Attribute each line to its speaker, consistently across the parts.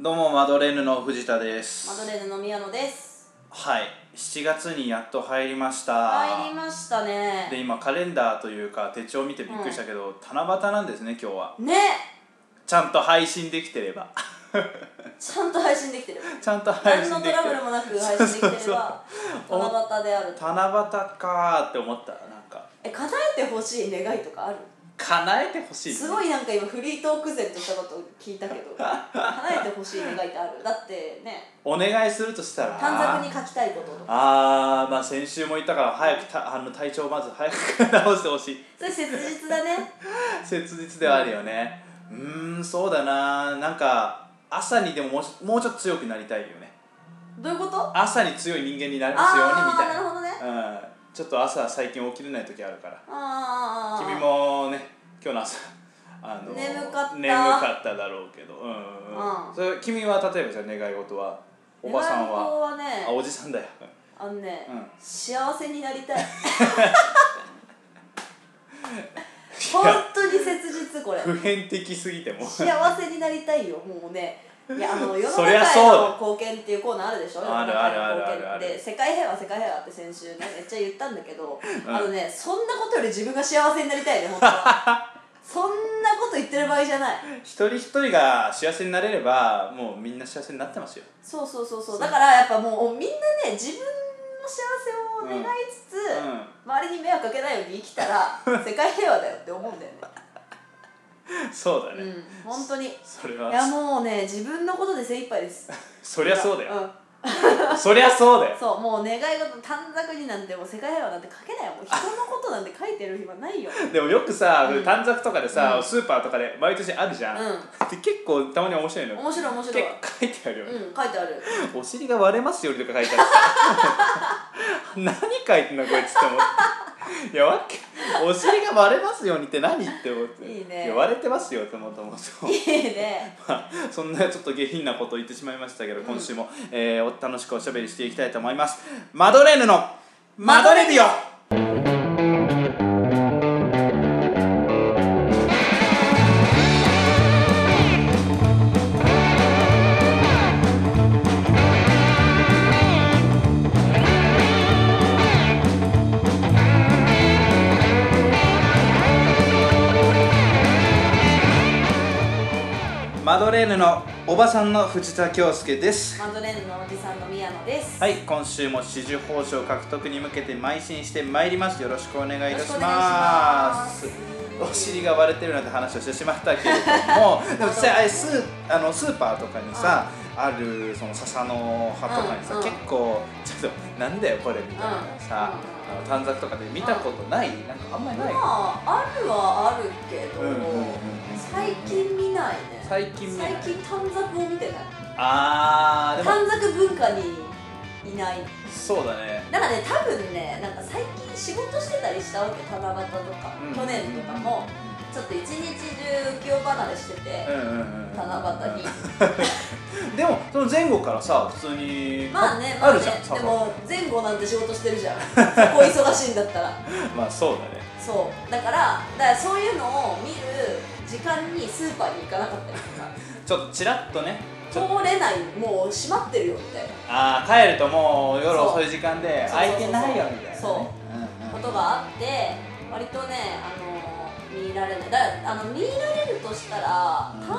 Speaker 1: どうもマドレーヌの藤田です
Speaker 2: マドレーヌの宮野です
Speaker 1: はい7月にやっと入りました
Speaker 2: 入りましたね
Speaker 1: で今カレンダーというか手帳見てびっくりしたけど、七夕なんですね今日は
Speaker 2: ね
Speaker 1: ちゃんと配信できてれば
Speaker 2: ちゃんと配信できてる
Speaker 1: ちゃんと配
Speaker 2: 何
Speaker 1: 信
Speaker 2: の
Speaker 1: でき
Speaker 2: トラ
Speaker 1: て
Speaker 2: ブ
Speaker 1: る
Speaker 2: ルもなく配信できてれば
Speaker 1: そうそう
Speaker 2: 七夕であると
Speaker 1: 七夕かーって思ったなんか
Speaker 2: え叶えてほしい願いとかある
Speaker 1: 叶えてほしい、ね、
Speaker 2: すごいなんか今フリートーク前としたこと聞いたけど叶えてほしい願いってあるだってね
Speaker 1: お願いするとしたら
Speaker 2: 短冊に書きたいこととか
Speaker 1: あーまあ先週も言ったから早くたあの体調をまず早く 直してほしい
Speaker 2: それ切実だね
Speaker 1: 切実ではあるよねうーんそうだななんか朝にでももうちょもうちょっと強くなりたいよね
Speaker 2: どういうことあ
Speaker 1: 朝に強い人間になりますようにみ
Speaker 2: あー
Speaker 1: た
Speaker 2: なるほどね
Speaker 1: いな、うん、ちょっと朝最近起きれない時あるから
Speaker 2: あーあーあー
Speaker 1: 君もね今日の朝あの
Speaker 2: 眠かった
Speaker 1: 眠かっただろうけど、うんうんう、
Speaker 2: うんん
Speaker 1: それ君は例えばじゃあ願い事はおばさん
Speaker 2: 願い事
Speaker 1: は
Speaker 2: はね
Speaker 1: あおじさんだよ
Speaker 2: あのね、
Speaker 1: うん
Speaker 2: 幸せになり たい本当に切実これ
Speaker 1: 普遍的すぎても
Speaker 2: 幸せになりたいよもうねいやあの世
Speaker 1: そ
Speaker 2: の
Speaker 1: りゃ
Speaker 2: 中
Speaker 1: そうだ
Speaker 2: への貢献っていうコーナーあるでしょ世の中への
Speaker 1: あるあるあるあ
Speaker 2: 貢
Speaker 1: る
Speaker 2: 献
Speaker 1: ある
Speaker 2: で世界平和世界平和って先週ねめっちゃ言ったんだけど、
Speaker 1: うん
Speaker 2: あのねそんなことより自分が幸せになりたいね本当は そんなこと言ってる場合じゃない
Speaker 1: 一人一人が幸せになれればもうみんな幸せになってますよ
Speaker 2: そうそうそうそうだからやっぱもうみんなね自分の幸せを願いつつ、
Speaker 1: うんうん
Speaker 2: 周りに迷惑かけないように生きたら 世界平和だよって思うんだよね
Speaker 1: そうだね、
Speaker 2: うん本当にい
Speaker 1: それは
Speaker 2: やもうね自分のことで精一杯です
Speaker 1: そりゃそうだよ、
Speaker 2: ん
Speaker 1: そりゃそうだよ
Speaker 2: そうもう願い事短冊になんてもう世界平和なんて書けないよもう人のことなんて書いてる暇ないよ
Speaker 1: でもよくさ、
Speaker 2: うん
Speaker 1: 短冊とかでさ、
Speaker 2: うん
Speaker 1: スーパーとかで毎年あるじゃん、
Speaker 2: うん
Speaker 1: で結構たまに面白いの
Speaker 2: 面白い面白
Speaker 1: 結
Speaker 2: い
Speaker 1: 構書いてあるよ
Speaker 2: う
Speaker 1: ね、
Speaker 2: ん書いてある
Speaker 1: お尻が割れますよりとか書いてある 何書いてんのこいつって思っていやわけお尻が割れますようにって何って思って
Speaker 2: いいね
Speaker 1: や割れてますよって思ったもんそう
Speaker 2: いいね
Speaker 1: まあそんなちょっと下品なことを言ってしまいましたけど、今週も、えーお楽しくおしゃべりしていきたいと思いますマドレーヌのマドレディオマドレーヌのおばさんの藤田恭介です
Speaker 2: マドレーヌのおじさんの宮野です
Speaker 1: はい、今週も紫綬褒章獲得に向けて邁進してまいりますよろしくお願いいたします
Speaker 2: よろしくお願いし
Speaker 1: お
Speaker 2: ます
Speaker 1: 尻が割れてるなんて話をしてしまったけれども でも実際あれスーあのスーパーとかにさあるその笹の葉とかにさ、
Speaker 2: うんうん
Speaker 1: 結構ちょっとなんだよこれみたいなさ、
Speaker 2: うん
Speaker 1: あの短冊とかで見たことない、なんかあんまりない、
Speaker 2: まああるはあるけど、
Speaker 1: うんうんうんうん
Speaker 2: 最近見ないね
Speaker 1: 最近見ない
Speaker 2: 最近短冊を見てない
Speaker 1: あーでも
Speaker 2: 短冊文化にいない
Speaker 1: そうだね
Speaker 2: だからね多分ねなんか最近仕事してたりしたわけ七夕とか、
Speaker 1: うん
Speaker 2: 去年とかもちょっと一日中浮世離れしてて、
Speaker 1: うんうんうんうん
Speaker 2: 七夕に
Speaker 1: でもその前後からさ普通に
Speaker 2: まあね
Speaker 1: あ
Speaker 2: まあ
Speaker 1: る
Speaker 2: ね
Speaker 1: じゃん、
Speaker 2: で
Speaker 1: サ
Speaker 2: も前後なんて仕事してるじゃんそこ忙しいんだったら
Speaker 1: バまあそうだね
Speaker 2: そうだからだからそういうのを見る時間にスーパーに行かなかったりとか
Speaker 1: ちょっとちらっとねちょっと
Speaker 2: 通れないもう閉まってるよみたいな
Speaker 1: あー帰るともう夜
Speaker 2: そう
Speaker 1: 遅い時間で
Speaker 2: そうそうそう
Speaker 1: 空いてないよみたいな、ね、
Speaker 2: そ
Speaker 1: う
Speaker 2: う
Speaker 1: ん
Speaker 2: ことがあって割とねあの見られないだからあの見られるとしたら
Speaker 1: うん
Speaker 2: 短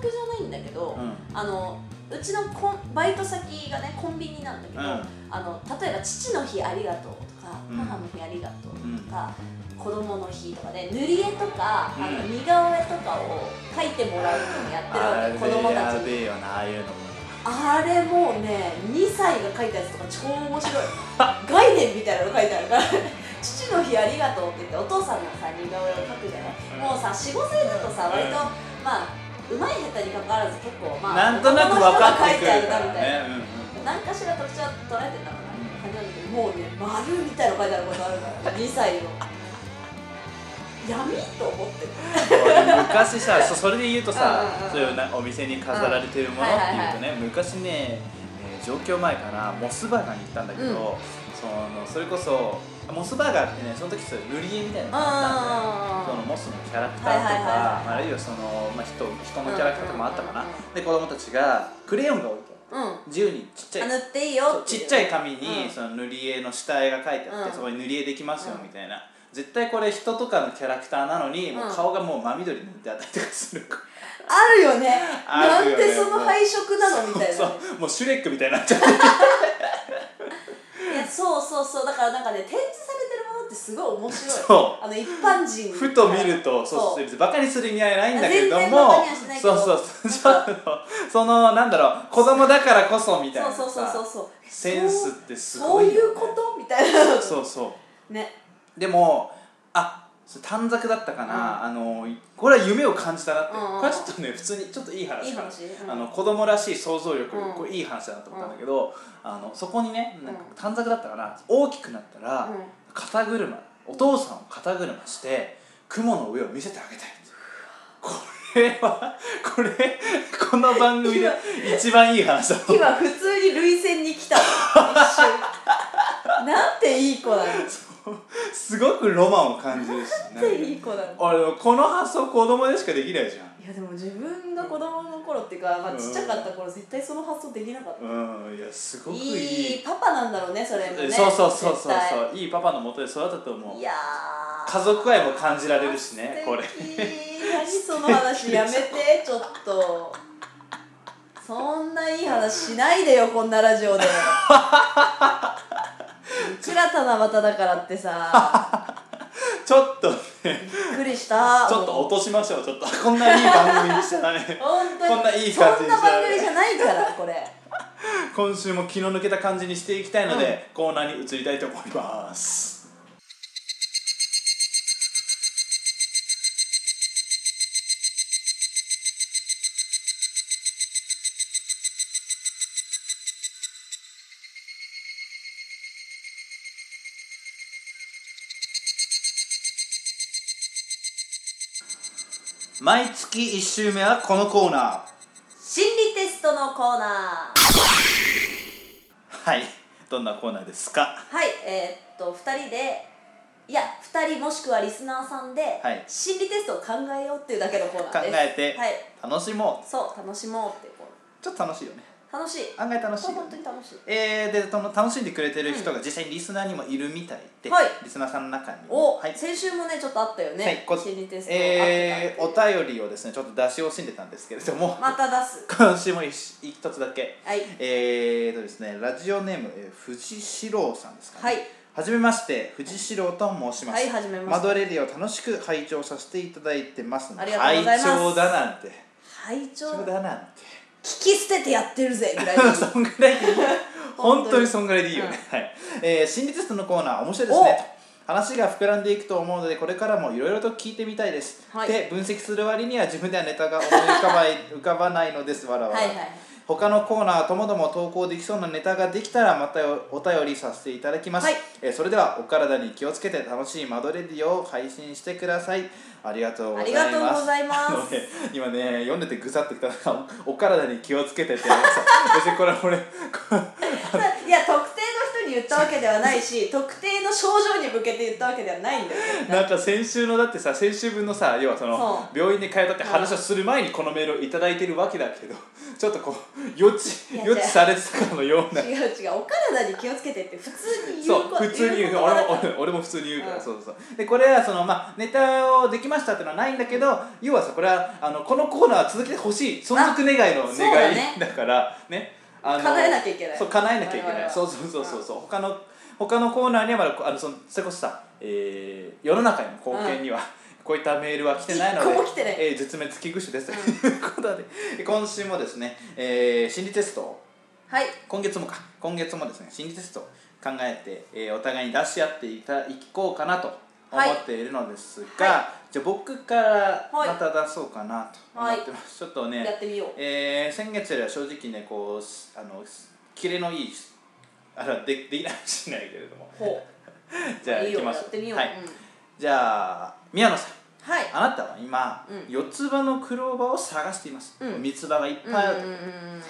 Speaker 2: 冊じゃないんだけど、
Speaker 1: うんうん
Speaker 2: あのうちのコンバイト先がねコンビニなんだけ
Speaker 1: う
Speaker 2: ど、
Speaker 1: ん
Speaker 2: あの例えば父の日ありがとうとか、
Speaker 1: うん
Speaker 2: 母の日ありがとうとか、子供の日とかで塗り絵とか、あの似顔絵とかを描いてもらうのをやってる
Speaker 1: あ
Speaker 2: わけ
Speaker 1: れ
Speaker 2: 子供たち
Speaker 1: や
Speaker 2: に
Speaker 1: べえよなああいうのも
Speaker 2: あれもうね2歳が描いたやつとか超面白い概念みたいなの書いてあるから父の日ありがとうって言ってお父さんのさ似顔絵を描くじゃな
Speaker 1: うん
Speaker 2: い、もうさ45歳だとさ
Speaker 1: うん
Speaker 2: 割と、まあうまい下手に関わらず結構まあ
Speaker 1: なんとなく分かってくるか
Speaker 2: 男の人が描いてあ
Speaker 1: ら
Speaker 2: るなみたいな
Speaker 1: ね
Speaker 2: 何かしら特徴捉えてたのかな感じなんだけどもうね丸みたいなの書いてあることあるから2歳の闇と思ってる
Speaker 1: うん俺昔さそそれで言うとさ
Speaker 2: うんうんうん
Speaker 1: そういうなお店に飾られてるものっていうとね、昔ねえー上京前かなモスバーガーに行ったんだけど、そのそれこそモスバーガーってねその時ちょっと塗り絵みたいなのがあったんでその
Speaker 2: あ
Speaker 1: モスのキャラクターとか、
Speaker 2: はいはいはいはい
Speaker 1: あるいはその、まあ、人人のキャラクターとかもあったかな、
Speaker 2: うんうんうんうん
Speaker 1: で子供たちがクレヨンが置いてあ
Speaker 2: ーうん
Speaker 1: る自由にちっちゃい
Speaker 2: あ塗っていいよって
Speaker 1: ち
Speaker 2: いう
Speaker 1: っちゃい紙に、
Speaker 2: うん
Speaker 1: その塗り絵の下絵が書いてあって、
Speaker 2: うん
Speaker 1: そこに塗り絵できますよ
Speaker 2: うん
Speaker 1: みたいな、絶対これ人とかのキャラクターなのに、もううん顔がもう真緑に塗ってあったりとかす る
Speaker 2: あるよね
Speaker 1: あるよね
Speaker 2: なんでその配色なのみたいなね
Speaker 1: そうもうシュレックみたいになっちゃって
Speaker 2: いやそうそうそうだからなんかね展示されてるものってすごい面白い
Speaker 1: そ
Speaker 2: あの一般人
Speaker 1: ふと見ると、
Speaker 2: そう
Speaker 1: そうバカにする意味合いないんだけれど
Speaker 2: 全然バ
Speaker 1: も
Speaker 2: カにはしないけ
Speaker 1: そう
Speaker 2: ど
Speaker 1: そうそうちょっとそのなんだろう子供だからこそみたいなさ
Speaker 2: そうそうそうそうそう
Speaker 1: センスってす
Speaker 2: そ
Speaker 1: ご
Speaker 2: う
Speaker 1: い
Speaker 2: い
Speaker 1: よ
Speaker 2: うことみたいなの
Speaker 1: そうそう
Speaker 2: ね
Speaker 1: でもあそれ短冊だったかな、あのこれは夢を感じたなって、
Speaker 2: うんうんうん
Speaker 1: これはちょっとね普通にちょっといい話
Speaker 2: いい話うん
Speaker 1: あの子供らしい想像力、
Speaker 2: うん
Speaker 1: これいい話だなと思ったんだけど、あのそこにねなんか
Speaker 2: うん
Speaker 1: 短冊だったかな大きくなったら、
Speaker 2: うん
Speaker 1: 肩車お父さんを肩車して雲の上を見せてあげたいこれはこれこの番組で一番いい話だと思う
Speaker 2: 今普通に涙腺に 来たの一瞬なんていい子なのな
Speaker 1: すごくロマンを感じるし
Speaker 2: んていい子なの
Speaker 1: あのこの発想子供でしかできないじゃん
Speaker 2: いやでも自分が子供の頃っていうか、まあ、ちっちゃかった頃絶対その発想できなかった、
Speaker 1: うんいやすごくいい
Speaker 2: いいパパなんだろうねそれもね
Speaker 1: そうそうそうそう
Speaker 2: 絶対
Speaker 1: そういいパパのもとで育ったと思う
Speaker 2: いやー
Speaker 1: 家族愛も感じられるしね
Speaker 2: 素敵
Speaker 1: これ
Speaker 2: 何その 話やめてちょっとそんないい話しないでよこんなラ ジオでいくら七夕だからってさ
Speaker 1: ちょっとね
Speaker 2: びっくりした
Speaker 1: ちょっと
Speaker 2: もう
Speaker 1: 落としましょうちょっとこんないい番組にしたらね
Speaker 2: 本当に
Speaker 1: こんないい感じに
Speaker 2: そん
Speaker 1: しちゃう
Speaker 2: な番組じゃないからこれ
Speaker 1: 今週も気の抜けた感じにしていきたいので、コーナーに移りたいと思います毎月1週目はこのコーナー
Speaker 2: 心理テストのコーナー
Speaker 1: はいどんなコーナーですか
Speaker 2: はいえーっと2人でいや2人もしくはリスナーさんで、
Speaker 1: はい
Speaker 2: 心理テストを考えようっていうだけのコーナ
Speaker 1: 考
Speaker 2: ーです
Speaker 1: えて
Speaker 2: はい
Speaker 1: 楽しも
Speaker 2: そう楽しもうっていうコーナー
Speaker 1: うちょっと楽しいよね
Speaker 2: 楽しい
Speaker 1: 案外楽しいよね
Speaker 2: 本当に楽しい
Speaker 1: えー、でその楽しんでくれてる人が実際にリスナーにもいるみたいで、
Speaker 2: はい
Speaker 1: リスナーさんの中にも
Speaker 2: お、
Speaker 1: はい
Speaker 2: 先週もねちょっとあったよね、
Speaker 1: はいこ
Speaker 2: 心理テスト
Speaker 1: えー、
Speaker 2: あ
Speaker 1: お
Speaker 2: ってたって
Speaker 1: 便りをですねちょっと出し惜しんでたんですけれども、
Speaker 2: また出す
Speaker 1: 今週も一一つだけ
Speaker 2: はい
Speaker 1: えーとですねラジオネーム、えー、藤四郎さんですかね
Speaker 2: はい
Speaker 1: はじめまして藤四郎と申します
Speaker 2: はいはじめまして
Speaker 1: マドレディを楽しく拝聴させていただいてます
Speaker 2: ありがとうございます
Speaker 1: 拝聴だなんて
Speaker 2: 拝聴
Speaker 1: 拝聴
Speaker 2: 聞
Speaker 1: だなんて
Speaker 2: き捨ててやってるぜぐら いの
Speaker 1: そんぐらいでいい本
Speaker 2: 本当に
Speaker 1: 当にそんぐらいでいいよね、はい、えー心理テストのコーナー面白いですねと話が膨らんでいくと思うのでこれからもいろいろと聞いてみたいです、
Speaker 2: はい
Speaker 1: で分析する割には自分ではネタが思い浮かばい浮かばないのですわらわら、
Speaker 2: はいはいはい
Speaker 1: 他のコーナーともども投稿できそうなネタができたらまたおお便りさせていただきます、
Speaker 2: はい
Speaker 1: えーそれではお体に気をつけて楽しいマドレディオを配信してくださいありがとうございます
Speaker 2: ありがとうございます
Speaker 1: あのね今ね読んでてぐさっときたのがおお体に気をつけてってやつ 別にこれ俺こ
Speaker 2: いや特定の人に言ったわけではないし特定の症状に向けて言ったわけではないんだよね
Speaker 1: なんか先週のだってさ先週分のさ要はその
Speaker 2: そ
Speaker 1: 病院に通ったって話をする前にこのメールを頂いただいてるわけだけどちょっとこう予知
Speaker 2: いや
Speaker 1: 予知されてたかのような
Speaker 2: 違う違うお体に気をつけてって普通に言
Speaker 1: そうう普通に言う
Speaker 2: 言う
Speaker 1: 俺
Speaker 2: ことだ
Speaker 1: も
Speaker 2: から
Speaker 1: 俺俺も普通に言うから、
Speaker 2: うん
Speaker 1: そうそうそうでこれはその、まあ、ネタをできましたっていうのはないんだけど要はさこれはあのこのコーナーは続けてほしい存続願いの
Speaker 2: そうだ
Speaker 1: 願い
Speaker 2: ね
Speaker 1: だからねあの
Speaker 2: 叶えなきゃいけない
Speaker 1: そう叶えなきゃいけ
Speaker 2: 我々
Speaker 1: ない
Speaker 2: は
Speaker 1: そうそうそうそうそう、他の他のコーナーにはまだこあのそのそれこそさ、えー世の中への貢献には、こういったメールは来てないので
Speaker 2: 一個も来てない
Speaker 1: えー絶滅危惧種です、 ということで今週もですね、えー心理テストを
Speaker 2: はい
Speaker 1: 今月もか今月もですね心理テストを考えて、えーお互いに出し合っていたいこうかなと思
Speaker 2: はい
Speaker 1: っているのですが、
Speaker 2: はい
Speaker 1: じゃあ僕からま
Speaker 2: はい
Speaker 1: た出そうかなと思ってます、ちょっと
Speaker 2: やっ
Speaker 1: ね、
Speaker 2: てみよう
Speaker 1: えー先月よりは正直ねこうすあのすキレのいいあらでできないかもしれないけれども
Speaker 2: ほ
Speaker 1: じゃあ
Speaker 2: ういい
Speaker 1: い
Speaker 2: よ
Speaker 1: きま
Speaker 2: や
Speaker 1: す
Speaker 2: ってみよう、
Speaker 1: はい、
Speaker 2: うん
Speaker 1: じゃあ宮野さん
Speaker 2: はい
Speaker 1: あなたは今、
Speaker 2: うん
Speaker 1: 四つ葉のクローバーを探しています、
Speaker 2: うん
Speaker 1: 三つ葉がいっ
Speaker 2: うん
Speaker 1: ぱいあると、
Speaker 2: うんうんうん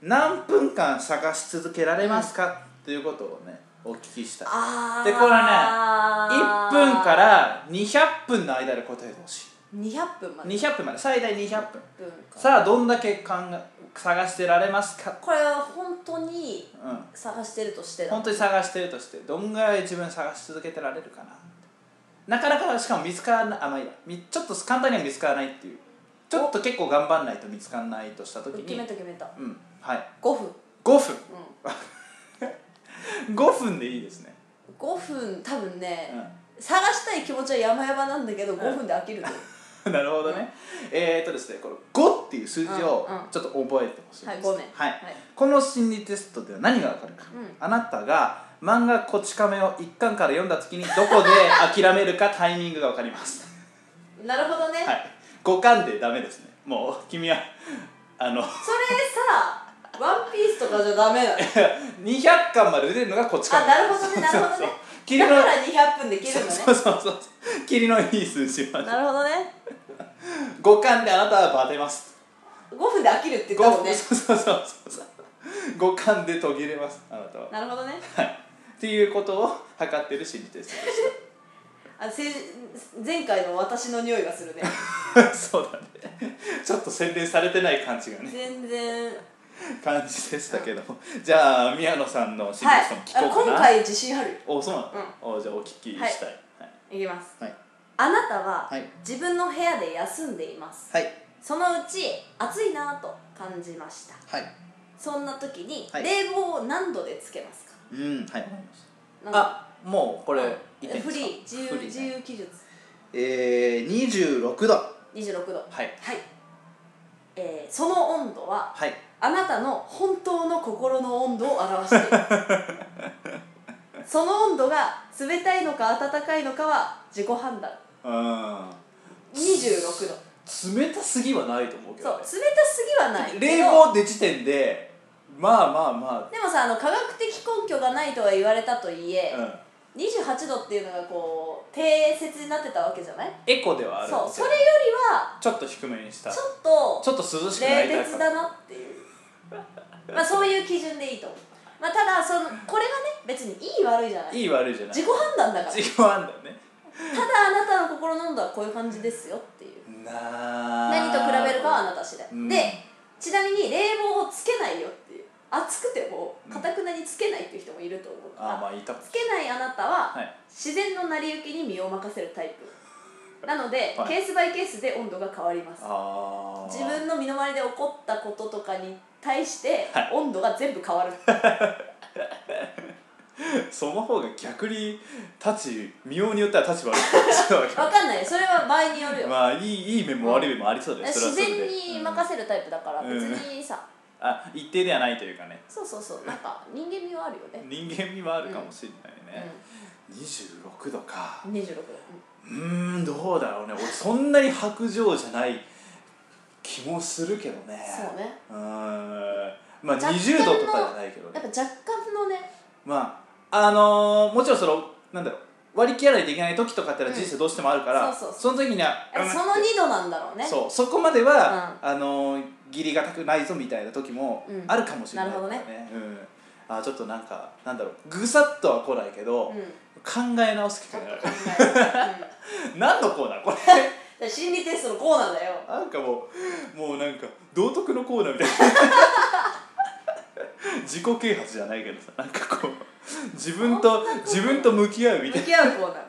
Speaker 1: 何分間探し続けられますか、ということをねお聞きしたい
Speaker 2: あ
Speaker 1: でこれ
Speaker 2: ね
Speaker 1: 1分から200分の間で答えてほし
Speaker 2: 200分ま
Speaker 1: い
Speaker 2: で
Speaker 1: 200分まで最大200分
Speaker 2: 分か
Speaker 1: さあどんだけ考え探してられますか
Speaker 2: これは本当に
Speaker 1: うん
Speaker 2: 探してるとして
Speaker 1: 本当に探してるとしてどんぐらい自分探し続けてられるかななかなかしかも見つからないあまあいいやみちょっと簡単には見つからないっていうちょっと結構頑張んないと見つからないとした時
Speaker 2: 決
Speaker 1: に
Speaker 2: めた決めた
Speaker 1: うんはい
Speaker 2: 5分、
Speaker 1: 5分
Speaker 2: う
Speaker 1: 5分でいいですね、
Speaker 2: ん、5分多分ね、
Speaker 1: う
Speaker 2: 探したい気持ちは山々なんだけど
Speaker 1: ん
Speaker 2: 5分で飽きると思う、
Speaker 1: ん、 なるほどね、えー、っとですねこの5っていう数字を
Speaker 2: うんうん
Speaker 1: ちょっと覚えてほしいです、
Speaker 2: はい5ね
Speaker 1: はい
Speaker 2: はい、
Speaker 1: この心理テストでは何がわかるか、
Speaker 2: うん
Speaker 1: あなたが漫画「こち亀」を一巻から読んだ時にどこで諦めるかタイミングがわかります
Speaker 2: なるほどね、
Speaker 1: はい、五巻でダメですね。もう君はあの
Speaker 2: それさ「ワンピースとかじゃダメなの
Speaker 1: 200巻まで出てるのがこっちか
Speaker 2: あ
Speaker 1: ら。
Speaker 2: なるほどねなるほどね
Speaker 1: 霧
Speaker 2: だ
Speaker 1: の
Speaker 2: から200分で切るのね
Speaker 1: そうそうそうそう。霧のいい数字は
Speaker 2: なるほどね
Speaker 1: 五巻であなたはバテます。
Speaker 2: 5分で飽きるって言
Speaker 1: 五
Speaker 2: ったもん ね
Speaker 1: そうそうそうそう。五巻で途切れますあなたは。
Speaker 2: なるほどね
Speaker 1: はい。っていうことを測ってる心理テストでし
Speaker 2: あせ前回の私の匂いがするね
Speaker 1: た。 そうだね。ちょっと洗練されてない感じがね
Speaker 2: 全然
Speaker 1: 感じでしたけども。じゃあ宮野さんの心理
Speaker 2: はい
Speaker 1: テスト
Speaker 2: あ
Speaker 1: も聞こうかな。
Speaker 2: 今。回自信ある
Speaker 1: おそうなの。おじゃあお聞きしたい。はい。
Speaker 2: いきます
Speaker 1: はい
Speaker 2: あなたは
Speaker 1: はい
Speaker 2: 自分の部屋で休んでいます
Speaker 1: はい
Speaker 2: そのうち暑いなぁと感じました
Speaker 1: はい。
Speaker 2: そんな時に
Speaker 1: はい
Speaker 2: 冷房を何度でつけますか
Speaker 1: うんはい。わかりまし
Speaker 2: なん
Speaker 1: た。
Speaker 2: か
Speaker 1: あもうこれ一点
Speaker 2: フリー
Speaker 1: です
Speaker 2: 自由
Speaker 1: かフリ
Speaker 2: 自
Speaker 1: ーね
Speaker 2: 由記述
Speaker 1: ええ二十六度。は
Speaker 2: 26度
Speaker 1: い
Speaker 2: はい、えーその温度は
Speaker 1: はい。
Speaker 2: あなたの本当の心の温度を表している その温度が冷たいのか暖かいのかは自己判断
Speaker 1: う
Speaker 2: 26度
Speaker 1: ん。冷たすぎはないと思うけ
Speaker 2: そう
Speaker 1: ど
Speaker 2: 冷
Speaker 1: ね
Speaker 2: た。すぎはないけど
Speaker 1: 冷房で時点でまあまあま
Speaker 2: でもさあの科学的根拠がないとは言われたとはいえ
Speaker 1: あ、、うん、
Speaker 2: 28度っていうのがこう定説になってたわけじゃない
Speaker 1: エコではあるん
Speaker 2: そう
Speaker 1: です
Speaker 2: そ
Speaker 1: よ
Speaker 2: れよりは
Speaker 1: ちょっと低めにした
Speaker 2: ち
Speaker 1: ちょ
Speaker 2: ょっと
Speaker 1: っと涼しくな
Speaker 2: 冷
Speaker 1: りたい
Speaker 2: 徹
Speaker 1: から
Speaker 2: だなっていうまあそういう基準でいいと思う、まあ、ただそのこれがね別にいい悪いじゃない
Speaker 1: いい悪いじゃない
Speaker 2: 自己判断だから
Speaker 1: 自己判断ね
Speaker 2: ただあなたの心の温度はこういう感じですよっていう
Speaker 1: なあ
Speaker 2: 何と比べるかはあなた次第、
Speaker 1: うん
Speaker 2: でちなみに冷房をつけないよっていう暑くてもかたくなにつけないっていう人もいると思うか
Speaker 1: あ
Speaker 2: ら、
Speaker 1: まあいた
Speaker 2: つけないあなたは、
Speaker 1: はい
Speaker 2: 自然の成り行きに身を任せるタイプなので、
Speaker 1: はい
Speaker 2: ケースバイケースで温度が変わります
Speaker 1: ああ
Speaker 2: 自分の身の回りで起こったこととかに対して、
Speaker 1: はい
Speaker 2: 温度が全部変わる
Speaker 1: その方が逆に立ち見ようによっては立 ち悪いかもしれない
Speaker 2: わかんないそれは場合によるよ、
Speaker 1: まあいいいい面も悪い面もありそうです、
Speaker 2: 自
Speaker 1: それはそれ
Speaker 2: 然
Speaker 1: で
Speaker 2: に任せるタイプだから、
Speaker 1: うん
Speaker 2: 別にさ
Speaker 1: うんあ一定ではないというかね
Speaker 2: そうそうそうなんか人間味はあるよね、
Speaker 1: 人間味もあるかもしれないね、26度か
Speaker 2: うん、26度、
Speaker 1: うーんどうだろうね俺そんなに白状じゃない気もするけどね
Speaker 2: そうね
Speaker 1: うーんまあ
Speaker 2: 若干の
Speaker 1: 20度とかじゃないけど
Speaker 2: や
Speaker 1: ね
Speaker 2: っぱ若干のね
Speaker 1: まああのー、もちろんそのなんだろう割り切らないといけない時とかってのは人生どうしてもあるから、
Speaker 2: うんそうそう
Speaker 1: の時には
Speaker 2: やっぱその
Speaker 1: うんって
Speaker 2: 2度なんだろうね
Speaker 1: そうそこまでは、あの義理がたくないぞみたいな時も
Speaker 2: うん
Speaker 1: あるかもしれない、
Speaker 2: なるほどね
Speaker 1: うん、あちょっとなんかなんだろうぐさっとは来ないけど、
Speaker 2: うん、
Speaker 1: 考え直す機会がある
Speaker 2: 考える、うん
Speaker 1: 何のコーナーこれ
Speaker 2: で心理テストのコーナーだよ
Speaker 1: なんかもうもうなんか道徳のコーナー みたいな自己啓発じゃないけどさなんかこう自分と
Speaker 2: そんなこと
Speaker 1: 自分と向き合うみた
Speaker 2: 向
Speaker 1: いな
Speaker 2: き合うコーナー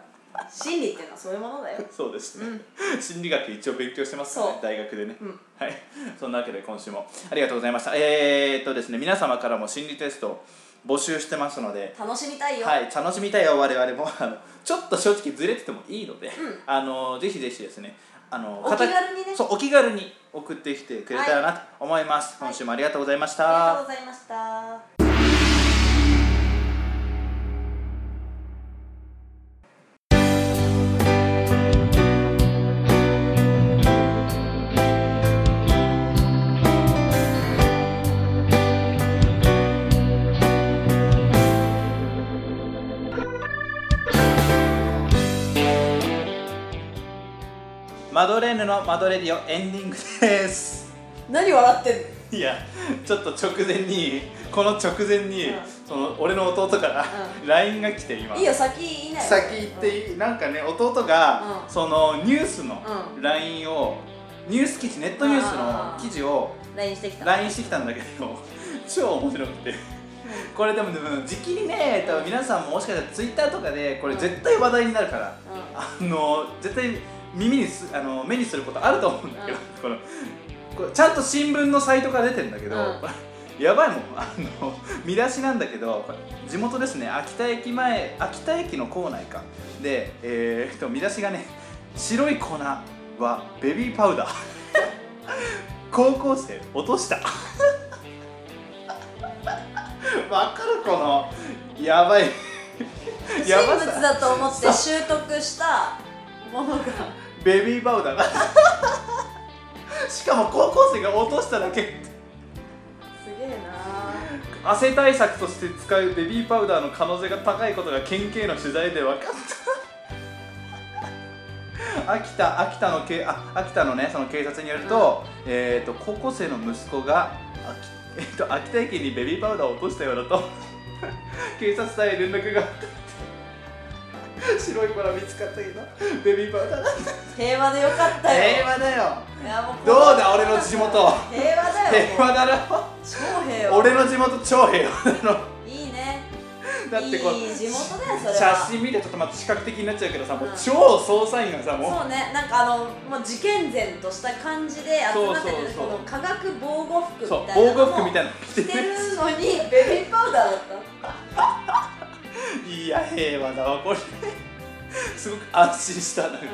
Speaker 2: 心理っていうのはそういうものだよ
Speaker 1: そうです
Speaker 2: う
Speaker 1: ね、
Speaker 2: ん
Speaker 1: 心理学一応勉強してますからね
Speaker 2: そう
Speaker 1: 大学でね、
Speaker 2: うん
Speaker 1: はい、そんなわけで今週もありがとうございましたえー、っとですね皆様からも心理テストを募集してますので
Speaker 2: 楽しみたいよ、
Speaker 1: はい、楽しみたいよ我々もあのちょっと正直ずれててもいいので、
Speaker 2: ん
Speaker 1: あのぜひぜひですねあの
Speaker 2: お気軽にね
Speaker 1: そうお気軽に送ってきてくれたらなと思います、
Speaker 2: はい
Speaker 1: 今週もありがとうございました、
Speaker 2: ありがとうございました
Speaker 1: マドレーヌのマドレディオエンディングです
Speaker 2: 何笑ってんの
Speaker 1: いやちょっと直前にこの直前に、
Speaker 2: うん
Speaker 1: その俺の弟から
Speaker 2: う
Speaker 1: LINE が来て今
Speaker 2: いいよ先いない
Speaker 1: 先行っていいなんかね弟が、
Speaker 2: うん
Speaker 1: そのニュースの
Speaker 2: う
Speaker 1: LINE をニュース記事ネットニュースの記事を
Speaker 2: うん LINE してきた
Speaker 1: LINE してきたんだけど 超面白くてこれでもでも時期にね多分皆さんももしかしたら Twitter とかでこれ絶対話題になるから、
Speaker 2: うんうん
Speaker 1: あの絶対耳にすあの目にすることあると思うんだけど、
Speaker 2: うん
Speaker 1: このこれちゃんと新聞のサイトから出てるんだけど、
Speaker 2: うん
Speaker 1: これやばいもんあの見出しなんだけどこれ地元ですね秋田駅前秋田駅の構内かで、えーっと見出しがね「白い粉はベビーパウダー」「高校生落とした」 わかるこのやばい
Speaker 2: 人物だと思って習得したものが
Speaker 1: ベビーパウダーがしかも高校生が落としただけ
Speaker 2: すげえな
Speaker 1: 汗対策として使うベビーパウダーの可能性が高いことが県警の取材で分かった 秋田秋田のけあ秋田のねその警察によると,、えー、と高校生の息子が秋,、えー、と秋田駅にベビーパウダーを落としたようだと 警察隊へ連絡があったって白い粉見つかったけどベビーパウダーだった
Speaker 2: 平和でよかったよ
Speaker 1: 和だよ
Speaker 2: いやもこ
Speaker 1: どうだ俺の地元
Speaker 2: 平和だよ
Speaker 1: 平和だろ
Speaker 2: 超平和
Speaker 1: 俺の地元超平和だろ
Speaker 2: いいね
Speaker 1: だってこう
Speaker 2: いい地元だよそれは
Speaker 1: 写真見てちょっとまた視覚的になっちゃうけどさ、もう
Speaker 2: うん
Speaker 1: 超捜査員がさも
Speaker 2: そうねなんかあのもう事件前とした感じで集まっ
Speaker 1: そうそ
Speaker 2: てる
Speaker 1: うそう
Speaker 2: この化学防護
Speaker 1: う
Speaker 2: 服み
Speaker 1: そう
Speaker 2: たい
Speaker 1: 防
Speaker 2: なの
Speaker 1: 護服みたいなの着て
Speaker 2: 着てるのにベビーパウダー だった
Speaker 1: いや平和だわこれすごく安心したなんか、
Speaker 2: うん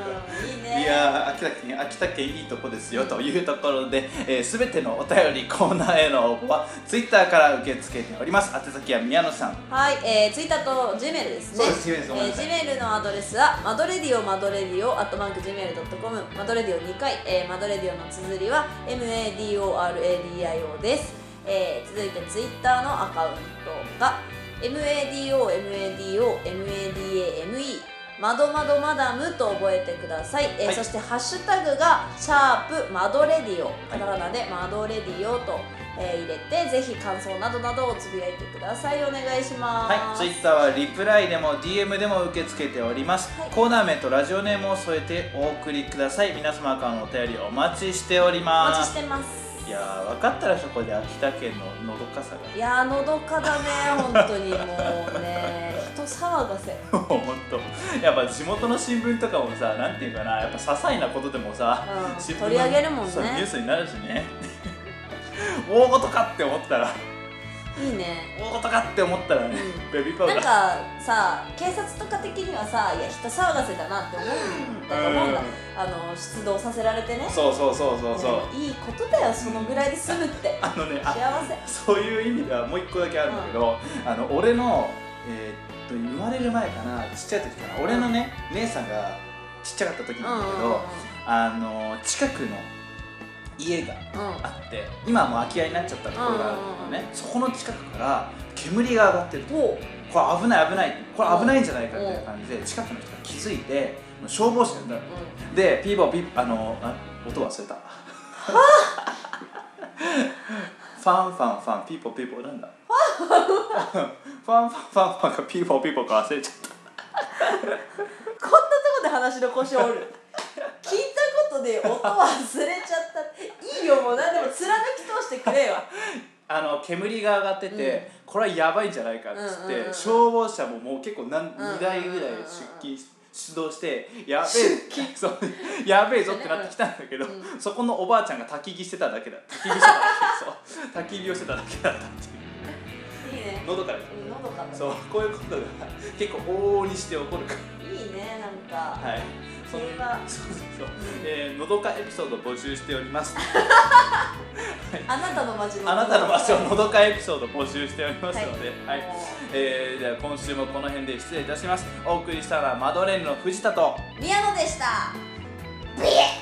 Speaker 2: いいね
Speaker 1: いやー秋田県秋田県いいとこですよというところで、えー、全てのお便りコーナーへの応募は Twitter から受け付けております宛先は宮野さん
Speaker 2: はい、えー、ツイッターと Gmail ですね。
Speaker 1: そうです Gmail です
Speaker 2: え
Speaker 1: ごめんなさい
Speaker 2: ー、Gmail のアドレスはマドレディオマドレディオアットマーク Gmail.com マドレディオ2回、えー、マドレディオの綴りは MADORADIO です、えー、続いてツイッターのアカウントが MADOMADOMADAME まどまどマダムと覚えてください、えー
Speaker 1: はい
Speaker 2: そしてハッシュタグが「シャープマドレディオ」
Speaker 1: は
Speaker 2: カ
Speaker 1: い
Speaker 2: タカナで「マドレディオ」と、えー入れてぜひ感想などなどをつぶやいてくださいお願いしま
Speaker 1: はい、
Speaker 2: す、
Speaker 1: ツイッターはリプライでも DM でも受け付けております、
Speaker 2: はい
Speaker 1: コーナー名とラジオネームを添えてお送りください皆様からのお便りお待ちしており
Speaker 2: お
Speaker 1: ま
Speaker 2: 待ちし
Speaker 1: す
Speaker 2: てます
Speaker 1: いやー分かったらそこで秋田県ののどかさ
Speaker 2: いやーのどかだね本当にも うね人騒がせ
Speaker 1: がもう本当やっぱ地元の新聞とかもさなんていうかなやっぱ些細なことでもさ、
Speaker 2: うん
Speaker 1: 新聞
Speaker 2: 取り上げるもんね
Speaker 1: そうニュースになるしね大事かって思ったら
Speaker 2: いいね
Speaker 1: 大事かって思ったらね、
Speaker 2: うん
Speaker 1: ベビーパウ
Speaker 2: なん
Speaker 1: ダー
Speaker 2: かさ警察とか的にはさいや人騒がせだなって思うんだと思うんだ、
Speaker 1: うん
Speaker 2: あの出動させられてね
Speaker 1: そうそうそうそうそう
Speaker 2: でもいいことだよそのぐらいで済むって
Speaker 1: あのねあ
Speaker 2: 幸せ
Speaker 1: そういう意味ではもう一個だけあるんだけど、あの俺の、えーっと生まれる前かなちっちゃい時かな俺のね姉さんがちっちゃかった時なんだけど、あの近くの家が
Speaker 2: うんうん
Speaker 1: あって今はもう空き家になっちゃったところがあるんだけどね、そこの近くから煙が上がってると
Speaker 2: おう
Speaker 1: これ危ない危ないこれ危ないんじゃないかみたいな感じで近くの人が気づいて消防車になる
Speaker 2: う
Speaker 1: でピーボーピーあのあ音忘 れたファンファンファンピーポーピーポーなんだファンファンファンファンかピーポーピーポーか忘れちゃっ
Speaker 2: んこんなとこで話の腰折る聞いたことで音忘れちゃったいいよもう何でも貫き通してくれよ
Speaker 1: たあの煙が上がってて、
Speaker 2: うん
Speaker 1: これはやばいんじゃないかっつって、
Speaker 2: うんうんうん
Speaker 1: 消防車ももう結構何
Speaker 2: んうんうんうん
Speaker 1: 2台ぐらい出勤し出動してやべえ そうやべえぞってなってきたんだけど、
Speaker 2: う
Speaker 1: そこのおばあちゃんが焚き火してただけだ焚き火してただけそう焚き火をしてただけだったっていう
Speaker 2: いいね
Speaker 1: 喉から
Speaker 2: うんのどかだ
Speaker 1: そうこういうことが結構往々にして起こるか
Speaker 2: いいねなんから
Speaker 1: はいそ
Speaker 2: そ
Speaker 1: の
Speaker 2: れは
Speaker 1: そうそうそう、えー、のどかエピソード募集しております
Speaker 2: あなたの街の
Speaker 1: あなたの場所のどかエピソード募集しておりますので、はい
Speaker 2: も
Speaker 1: えー、では今週もこの辺で失礼いたしますお送りしたのはマドレーヌの藤田と
Speaker 2: う宮野でしたビエッ